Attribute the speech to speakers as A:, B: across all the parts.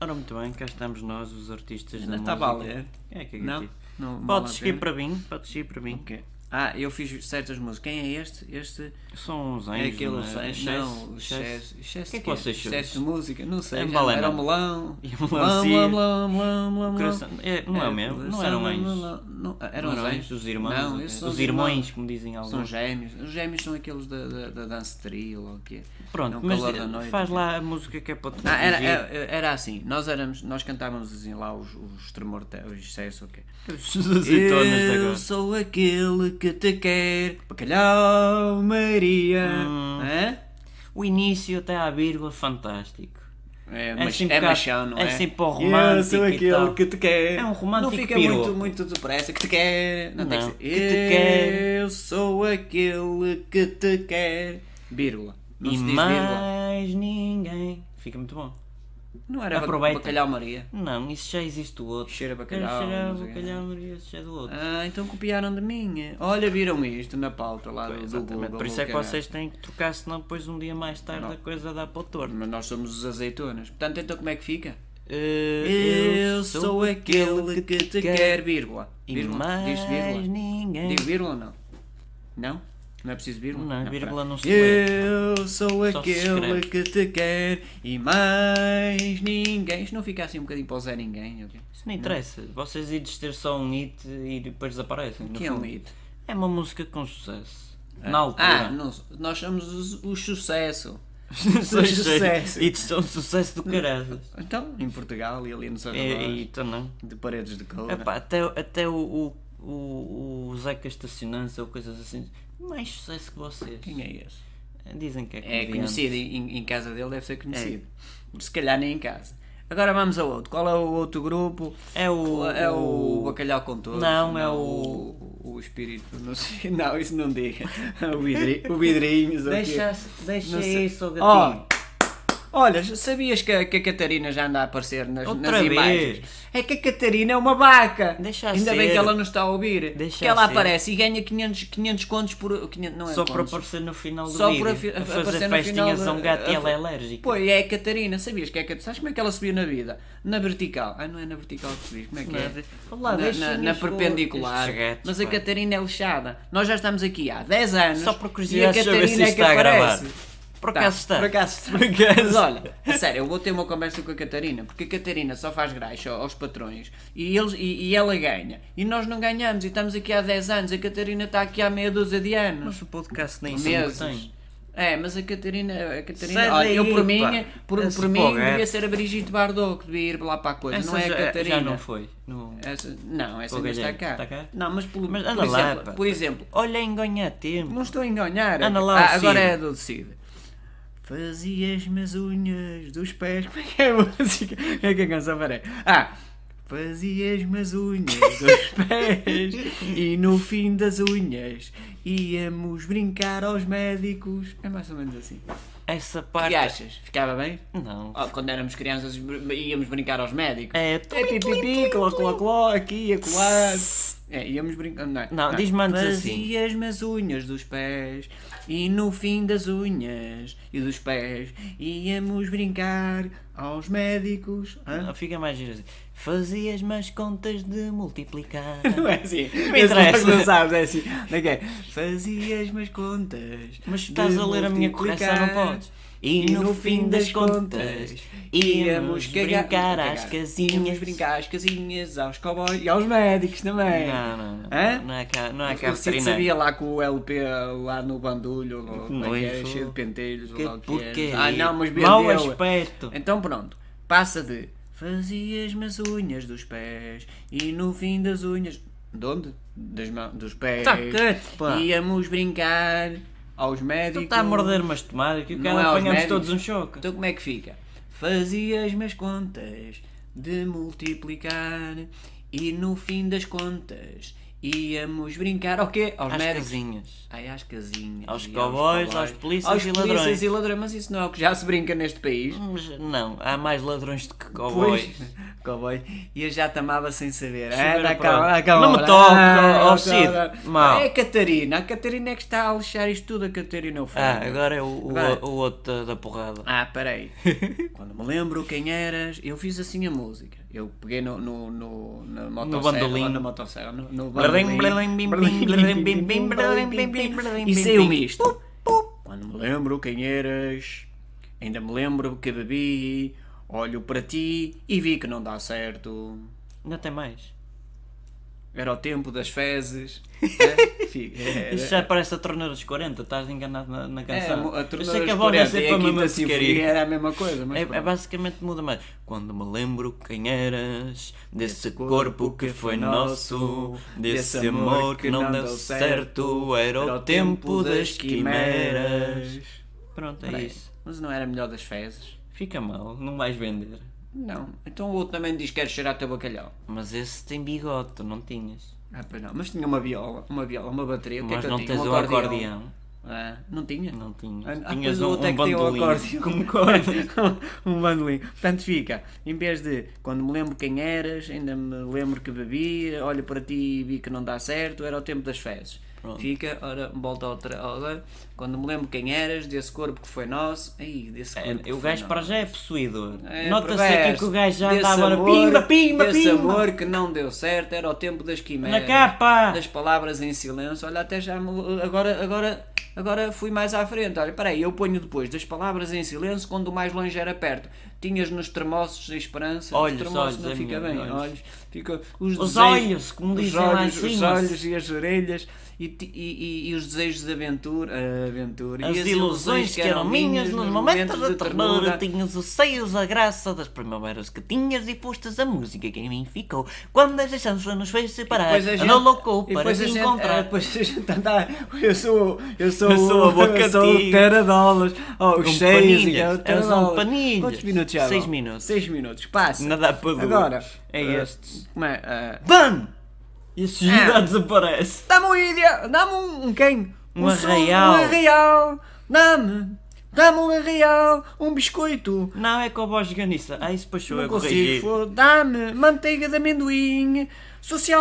A: Ora, muito bem, cá estamos nós, os artistas
B: Ainda
A: da
B: estava a
A: música.
B: ler.
A: Quem é que é
B: Não?
A: aqui?
B: Não vale
A: Podes
B: a
A: seguir
B: pena.
A: para mim, podes seguir para mim.
B: Ok. Ah, eu fiz certas músicas. Quem é este? Este
A: São uns
B: é
A: anjos.
B: aquele.
A: não é?
B: Chess, não, o Chess. Chess
A: O que é que
B: quê?
A: vocês chamam?
B: Chess de música? Não sei.
A: É
B: já
A: balé,
B: era o
A: não.
B: melão.
A: E o
B: melão,
A: melancia.
B: melão, melão, melão,
A: Coração- é, não é o mesmo? Não eram anjos.
B: Não, é,
A: Não
B: eram os
A: eram
B: anjos.
A: Os irmãos?
B: Não,
A: ok.
B: esses são
A: os irmãos, como dizem alguns.
B: São gêmeos. Os gêmeos são aqueles da, da, da Dance Trio ou o quê?
A: Pronto,
B: Não,
A: mas
B: calor da
A: eh,
B: noite,
A: faz
B: ok.
A: lá a música que é para te
B: Ah, era,
A: dirigir.
B: era, era assim, nós éramos, nós cantávamos assim lá os, os tremor, os excesso, ok?
A: Os azeitonas de
B: Eu
A: agora.
B: sou aquele que te quer, bacalhau Maria.
A: Hum.
B: Hã?
A: O início até à vírgula, fantástico.
B: É,
A: É
B: mach,
A: sempre
B: é
A: ca-
B: machão, não
A: é
B: é?
A: sempre o romântico
B: Eu sou
A: e tal.
B: aquele que te quer.
A: É um romântico
B: Não fica
A: piropo.
B: muito, muito depressa, que te quer. Não, tem
A: Não,
B: que ser.
A: que te quer.
B: Eu sou aquele que te quer. Vírgula. Não
A: e
B: se diz vírgula.
A: mais ninguém. Fica muito bom.
B: Não era
A: Aproveita.
B: bacalhau Maria.
A: Não, isso já existe do outro.
B: Cheira a bacalhau,
A: Cheira a
B: não sei o quê.
A: bacalhau, Maria, isso já é do outro.
B: Ah, então copiaram de mim. Olha, viram isto na pauta lá do, do
A: Exatamente.
B: Google.
A: Por isso é que
B: caralho.
A: vocês têm que trocar, senão depois um dia mais tarde
B: Não.
A: a coisa dá para o torno.
B: Mas nós somos os azeitonas. Portanto, então como é que fica?
A: Eh, Eu
B: Eu sou aquele que te quer, vírgula.
A: E
B: Vírgula.
A: mais
B: Diz vírgula.
A: ninguém.
B: Digo vírgula ou não? Não? Não é preciso vírgula?
A: Não, vírgula
B: pera.
A: não se
B: Eu
A: Só
B: sou
A: se
B: aquele
A: escreve.
B: que te quer e mais ninguém. Isto não fica assim um bocadinho para o Zé Ninguém, ok?
A: Isso não interessa. Vocês ides ter só um hit e depois desaparecem. no
B: que é um
A: fundo.
B: hit?
A: É uma música com sucesso. Na altura.
B: Ah, não, nós somos os- o sucesso.
A: São
B: Sucesso.
A: sucesso. E são um sucesso do caralho.
B: Então, em Portugal e ali nos
A: É,
B: arredores
A: e então não.
B: de paredes de couro.
A: Epá, até até o, o, o, o Zeca Estacionança ou coisas assim. Mais sucesso que vocês.
B: Quem é esse?
A: Dizem que é
B: É
A: comediante.
B: conhecido, em, em casa dele deve ser conhecido.
A: É.
B: Se calhar nem em casa. Agora vamos ao outro. Qual é o outro grupo?
A: É o.
B: É o Bacalhau com Todos?
A: Não, é o-
B: o. O espírito. Não, sei. não isso não diga. O, vidri... o Vidrinhos. ou o quê?
A: Deixa, deixa
B: Não sei.
A: isso, ao
B: Ó,
A: gatinho.
B: Olha, sabias que a, que a Catarina já anda a aparecer nas,
A: Outra
B: nas
A: vez.
B: imagens? É que a Catarina é uma vaca.
A: Deixa
B: Ainda
A: ser.
B: bem que ela não está a ouvir.
A: Deixa
B: que ela
A: ser.
B: aparece e ganha 500, 500 contos por. 500, não é
A: Só para
B: contos.
A: aparecer no final do
B: Só
A: vídeo.
B: por afi-
A: a
B: aparecer
A: fazer
B: no
A: festinhas
B: final
A: a um gato
B: da-
A: e ela é alérgica.
B: Pois, é a Catarina, sabias que é a Catarina? Sabes como é que ela subiu na vida? Na vertical. Ah, não é na vertical que se diz, como é que
A: Não,
B: é?
A: de- Olá,
B: na,
A: deixem
B: na, na
A: isto-
B: perpendicular.
A: estes gatos,
B: Mas a
A: pá.
B: Catarina é lixada. Nós já estamos aqui há 10 anos.
A: Só por
B: e
A: curiosidade,
B: a
A: deixa eu ver
B: Catarina
A: se
B: é
A: isto
B: que
A: está a gravar.
B: aparece.
A: Por
B: Tá,
A: acaso está.
B: Por acaso está.
A: Por acaso.
B: Mas olha, a sério, eu vou ter uma conversa com a Catarina, porque a Catarina só faz graxa aos patrões e, eles, e, e ela ganha. E nós não ganhamos, e estamos aqui há 10 anos. A Catarina está aqui há meia dúzia de anos
A: Mas o podcast nem sempre
B: meses.
A: tem.
B: É, mas a Catarina, a Catarina
A: Sai
B: olha, eu
A: daí,
B: por mim,
A: pá.
B: por,
A: Esse
B: por mim
A: pobre.
B: devia ser a Brigitte Bardot que devia ir lá para a coisa,
A: Essa
B: não é a
A: já,
B: Catarina.
A: já não foi. Não.
B: Essa, não, essa ainda
A: Pobre
B: está
A: gente,
B: cá.
A: está cá?
B: Não, mas, por,
A: Mas
B: por
A: anda lá,
B: exemplo,
A: pá.
B: por exemplo,
A: Olha, enganhar tempo.
B: não estou a enganar.
A: Anda lá,
B: Ah,
A: o
B: agora
A: Cid.
B: é a do Cid. Fazias-me as unhas dos pés. Como é que é a música? É que a canção parei. Ah! Fazias-me as unhas dos pés e no fim das unhas íamos brincar aos médicos. É mais ou menos assim.
A: Essa
B: O
A: parte.
B: que achas? Ficava bem?
A: Não.
B: Oh, quando éramos crianças br- íamos brincar aos médicos.
A: É,
B: É pipipi, cló, cló, cló, aqui, acolá. É, íamos brincando. Não,
A: Não, diz-me antes assim.
B: Fazias-me as unhas dos pés e no fim das unhas e dos pés íamos brincar aos médicos. Hã?
A: Ah, Fica mais giro assim. Fazias-me as contas de multiplicar.
B: Não é assim.
A: me interessa.
B: Mas Não sabes, é assim. Não é que é? Fazias-me as contas.
A: Mas tu estás
B: de tipo, "Ah,
A: a ler a minha correção, não
B: multiplicar.
A: podes. E, no, fim das contas, íamos
B: cagar-
A: brincar
B: cagar.
A: às
B: Íamos
A: casinhas.
B: brincar às casinhas, aos cowboys e aos médicos também.
A: Não, não, não.
B: Hã?
A: Não é cá, não é cá
B: O Cid sabia lá com o LP lá no bandulho, ou como é que é,
A: Noivo.
B: cheio de pentelhos, ou lá
A: Que
B: o que
A: porquê?
B: é. Ah não, mas
A: Mau
B: vendeu.
A: aspecto.
B: Então pronto, passa de fazias-me as unhas dos pés e no fim das unhas. De onde? Das mãos, dos pés.
A: Tá quieto, pá.
B: Íamos brincar aos médicos.
A: Tu está a morder umas tomadas que o
B: tipo Não
A: cara
B: é aos
A: apanhamos
B: médicos.
A: todos um choque.
B: Então como é que fica? Fazias-me as contas de multiplicar e no fim das contas íamos brincar ao quê? Aos
A: às
B: médicos.
A: casinhas.
B: Ai, às casinhas.
A: Aos
B: e
A: cowboys, aos polícias
B: aos
A: e
B: polícias
A: ladrões.
B: e ladrões. Mas isso não é o que já se brinca neste país.
A: Mas não, há mais ladrões do que
B: Pois,
A: cowboys.
B: cowboy e eu já te amava sem saber.
A: Sem ver
B: Anda,
A: a
B: calma,
A: prova.
B: calma.
A: Não me toques,
B: Ah,
A: ó, ó,
B: calma.
A: Cid. Mau.
B: É a Catarina, a Catarina é que está a lixar isto tudo, a Catarina é o filho.
A: Ah, agora é o, o,
B: Vai.
A: o outro da- da porrada.
B: Ah, peraí. Quando me lembro quem eras, eu fiz assim a música. Eu peguei no, no, no, na motosserra,
A: bandolim.
B: lá na motosserra, no, no
A: Blarim,
B: bandolim.
A: blarim, bim, bim, blarim, bim, bim, blarim, bim, bim, blarim,
B: E
A: bim,
B: saiu-me
A: bim.
B: isto. Quando me lembro quem eras, ainda me lembro que bebi, olho para ti e vi que não dá certo.
A: Ainda tem mais.
B: Era o tempo das fezes. É, fica- é,
A: Isto já parece a torneira dos 40, estás enganado na, na
B: é,
A: canção.
B: a
A: Eu
B: torneira
A: sei que a
B: dos
A: voz é sempre
B: 40 e
A: a
B: a
A: mesma
B: quinta sinfonia
A: porcaria.
B: era a mesma coisa. Mas
A: É, é
B: pronto.
A: basicamente muda mais. Quando me lembro quem eras, desse corpo que foi nosso, desse amor que não deu certo, era o tempo das quimeras. Pronto, é
B: Peraí,
A: isso.
B: Mas não era melhor das fezes?
A: Fica mal, não vais vender.
B: Não. Então o outro também diz que quer cheirar teu bacalhau.
A: Mas esse tem bigode, tu não tinhas.
B: Ah, pois não. Mas tinha uma viola, uma viola, uma bateria. O que é
A: Mas
B: que eu
A: não
B: tinha?
A: tens
B: um
A: o acordeão.
B: Ah, não tinha?
A: Não tinhas.
B: Ah,
A: Tinhas
B: pois o
A: um,
B: outro é
A: um
B: que tem
A: bandolim.
B: acordeão.
A: Como cordas.
B: um bandolim. Portanto, fica. Em vez de quando me lembro quem eras, ainda me lembro que bebi, olho para ti e vi que não dá certo, era o tempo das fezes.
A: Pronto.
B: Fica, ora, volta outra. Ora, quando me lembro quem eras, desse corpo que foi nosso. Aí, desse
A: É,
B: corpo. que
A: o
B: foi
A: gajo para
B: nosso.
A: já é possuidor.
B: É,
A: Nota-se
B: perverso.
A: aqui que o gajo já
B: Desse
A: andava
B: amor-
A: pimba, pimba,
B: desse
A: pimba.
B: amor que não deu certo, era o tempo das quimeras.
A: Na capa!
B: Das palavras em silêncio. Olha, até já me- agora, agora, agora fui mais à frente. Olha, peraí, eu ponho depois das palavras em silêncio quando o mais longe era perto. Tinhas nos tremoços a esperança.
A: Olhos,
B: nos tremoços
A: olhos,
B: não
A: é
B: fica
A: melhor,
B: bem.
A: olhos.
B: Olhos. Fica os,
A: Os
B: desejos-
A: olhos, como
B: os
A: dizem lá em
B: olhos, os
A: cima.
B: olhos e as orelhas e, ti- e, e- e os desejos de aventura, aventura
A: As
B: e
A: ilusões que eram minhas nos momentos da ternura Tinhas os seios, a graça das primaveras que tinhas E fostes a música que em mim ficou Quando esta chança nos fez separar
B: Depois a gente-
A: Andou louco
B: e
A: para
B: depois a
A: te
B: gente-
A: encontrar
B: ah, Depois a gente anda. Eu sou. Eu sou,
A: Eu sou a boca
B: eu sou
A: ti.
B: o teradolas. Oh, os
A: Um
B: cheios. e
A: panilhas.
B: o
A: Eu
B: teradolas.
A: sou um panilhas.
B: Quantos minutos já?
A: Seis
B: vão?
A: minutos.
B: Seis minutos. Passa.
A: Nada para duas.
B: Agora.
A: É
B: eh,
A: estes.
B: Como é? eh,
A: BAM! E a sociedade
B: Ah.
A: desaparece
B: dá-me um ideal. Dá-me um, um quem?
A: Um
B: som,
A: arraial.
B: Um arraial. Dá-me. Dá-me um arraial. Um biscoito.
A: Não, é com a voz ganissa Ah, isso depois sou
B: Não
A: eu
B: consigo,
A: corrigir
B: foda- dá-me manteiga de amendoim,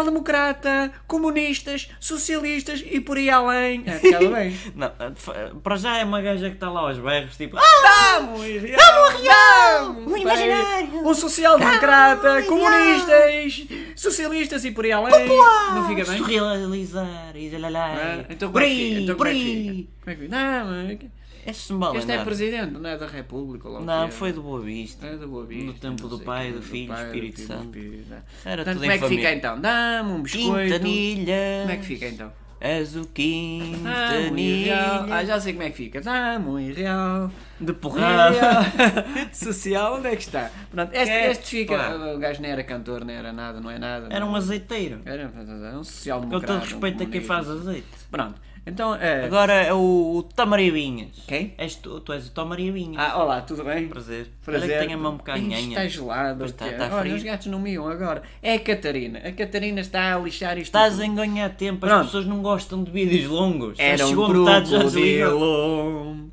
B: social-democrata, comunistas, socialistas e por aí além. Ah, ficava bem.
A: Não, ah, de fa- para já é uma gaja que está lá aos berros Tipo,
B: Dá-me um irreal!
A: Um imaginário.
B: Um social-democrata,
A: Dá-me um
B: comunistas, socialistas e por aí além. Não fica bem?
A: Surrealizar,
B: Ah,
A: isalala.
B: Então
A: por
B: como é que fica?
A: aí,
B: Então
A: por
B: como é que fica?
A: aí.
B: Como é que fica? Não,
A: Este mal
B: este é
A: nada.
B: presidente, não é da República. logo
A: Não,
B: que é.
A: foi do Boa Vista.
B: É da Boa Vista,
A: No tempo
B: não
A: do
B: sei
A: Pai,
B: quê,
A: do Filho,
B: Pai, do
A: Espírito
B: Filho,
A: Santo.
B: Espírito Santo.
A: Era
B: Portanto,
A: tudo
B: como
A: em
B: é que fica
A: família.
B: então? Dá-me um biscoito.
A: Quintanilha.
B: Como é que fica então?
A: És o
B: Dá-me um irreal. Ah,
A: Quintanilha.
B: já sei como é que fica. Dá-me um irreal.
A: De porrada.
B: Ah. Social, onde é que está? Pronto, este,
A: É,
B: este fica.
A: pá.
B: O gajo nem era cantor, nem era nada, não é nada.
A: Era
B: não-
A: um azeiteiro.
B: Era um social
A: Com todo respeito a quem faz azeite.
B: Pronto, então. eh,
A: Agora é o, o Tamaribinhas.
B: Quem?
A: És tu, tu és o Tamaribinhas.
B: Ah, olá, tudo bem?
A: Prazer.
B: Prazer.
A: Olha que tem a mão um bocado
B: Ih,
A: nhanha.
B: Está gelado.
A: Pois está,
B: que é.
A: está
B: Olha,
A: frio.
B: os gatos não miam agora. É a Catarina. A Catarina está a lixar isto.
A: Estás
B: tudo.
A: a enganhar tempo, as
B: Pronto.
A: pessoas não gostam de vídeos longos.
B: Era um
A: Chegou a metade já desligou.
B: crocodilo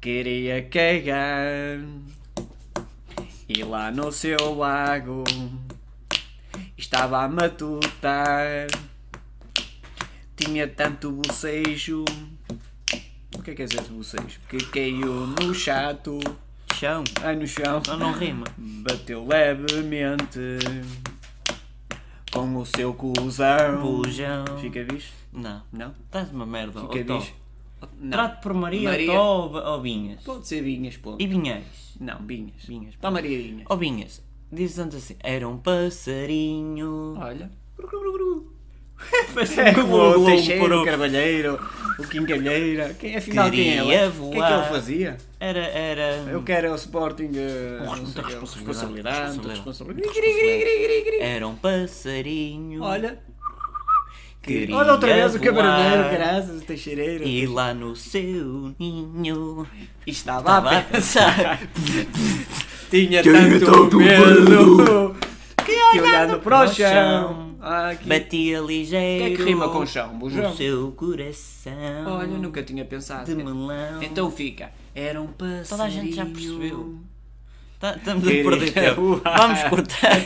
B: Queria cagar E lá no seu lago Estava a matutar Tinha tanto bocejo O que é que é dizer de bocejo? Que caiu no chato
A: Chão.
B: Ai no chão
A: Não, Ah, não rima.
B: Bateu levemente Com o seu cuzão
A: Bujão.
B: Fica bicho?
A: Não.
B: Não?
A: Estás uma merda. ó
B: Fica
A: Tó.
B: é bicho? então, Não.
A: Trato por Maria,
B: Maria.
A: Tó ou, ou Vinhas?
B: Pode ser vinhas, pô.
A: E Vinhais?
B: Não, vinhas.
A: Vinhas.
B: Para Maria Vinhas.
A: Ou Vinhas? Dizes antes assim. Era um passarinho.
B: Olha.
A: Parece
B: Ah, É
A: um
B: como o
A: globo
B: Teixeira,
A: por
B: o Carvalheiro, o Quingalheira. Quem, afinal, quem é
A: Queria
B: ela? O que é que ele
A: voar.
B: fazia?
A: Era, era.
B: Eu quero é o Sporting. eh,
A: Com
B: não sei o quê,
A: responsabilidade,
B: responsabilidade. muita
A: responsabilidade.
B: responsabilidade. É. Gri, gri, gri, gri, gri, gri.
A: Era um passarinho.
B: Olha.
A: Queria
B: Olha outra vez o
A: voar.
B: caberneiro, graças, o Teixeireiro.
A: E lá no seu ninho.
B: E estava
A: Estava
B: a
A: a pensar. Tá Tinha
B: Tinha tanto
A: tanto
B: medo. Que olhando
A: olhando
B: para o
A: pro
B: chão.
A: chão.
B: Ah, que-
A: Batia ligeiro.
B: O que é que rima com chão, bujão?
A: O seu coração.
B: Olha, nunca tinha pensado.
A: De melão.
B: Então fica. Era um passarinho.
A: Toda a gente já percebeu. Tá- Estamos a perder tempo. Vamos cortar.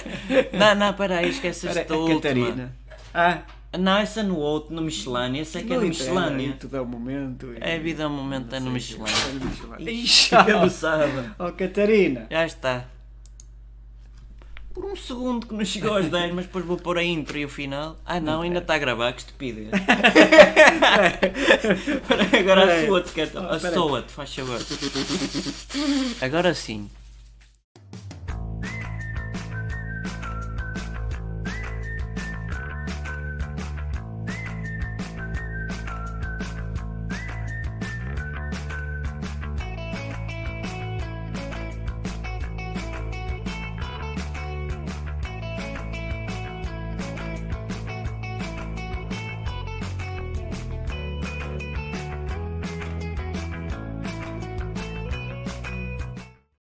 A: Não, não, para aí, esquece
B: Era
A: esta
B: a
A: última.
B: Catarina. Ah,
A: Não, essa no outro, no Michelândia. Essa é que é
B: não
A: no
B: interessa,
A: Michelândia.
B: Tudo é o momento. e-
A: É a vida ao momento, é no Michelândia.
B: Era Michelândia.
A: Ixi,
B: Ixi,
A: cabeçada.
B: ó Catarina.
A: Já está. Por um segundo que não chegou aos 10, mas depois vou pôr a intro e o final. Ah não, ainda está a gravar, que estupidez. Agora
B: Peraí.
A: assoa-te, Catarina.
B: Ah, peraí.
A: Assoa-te, faz favor. Agora sim.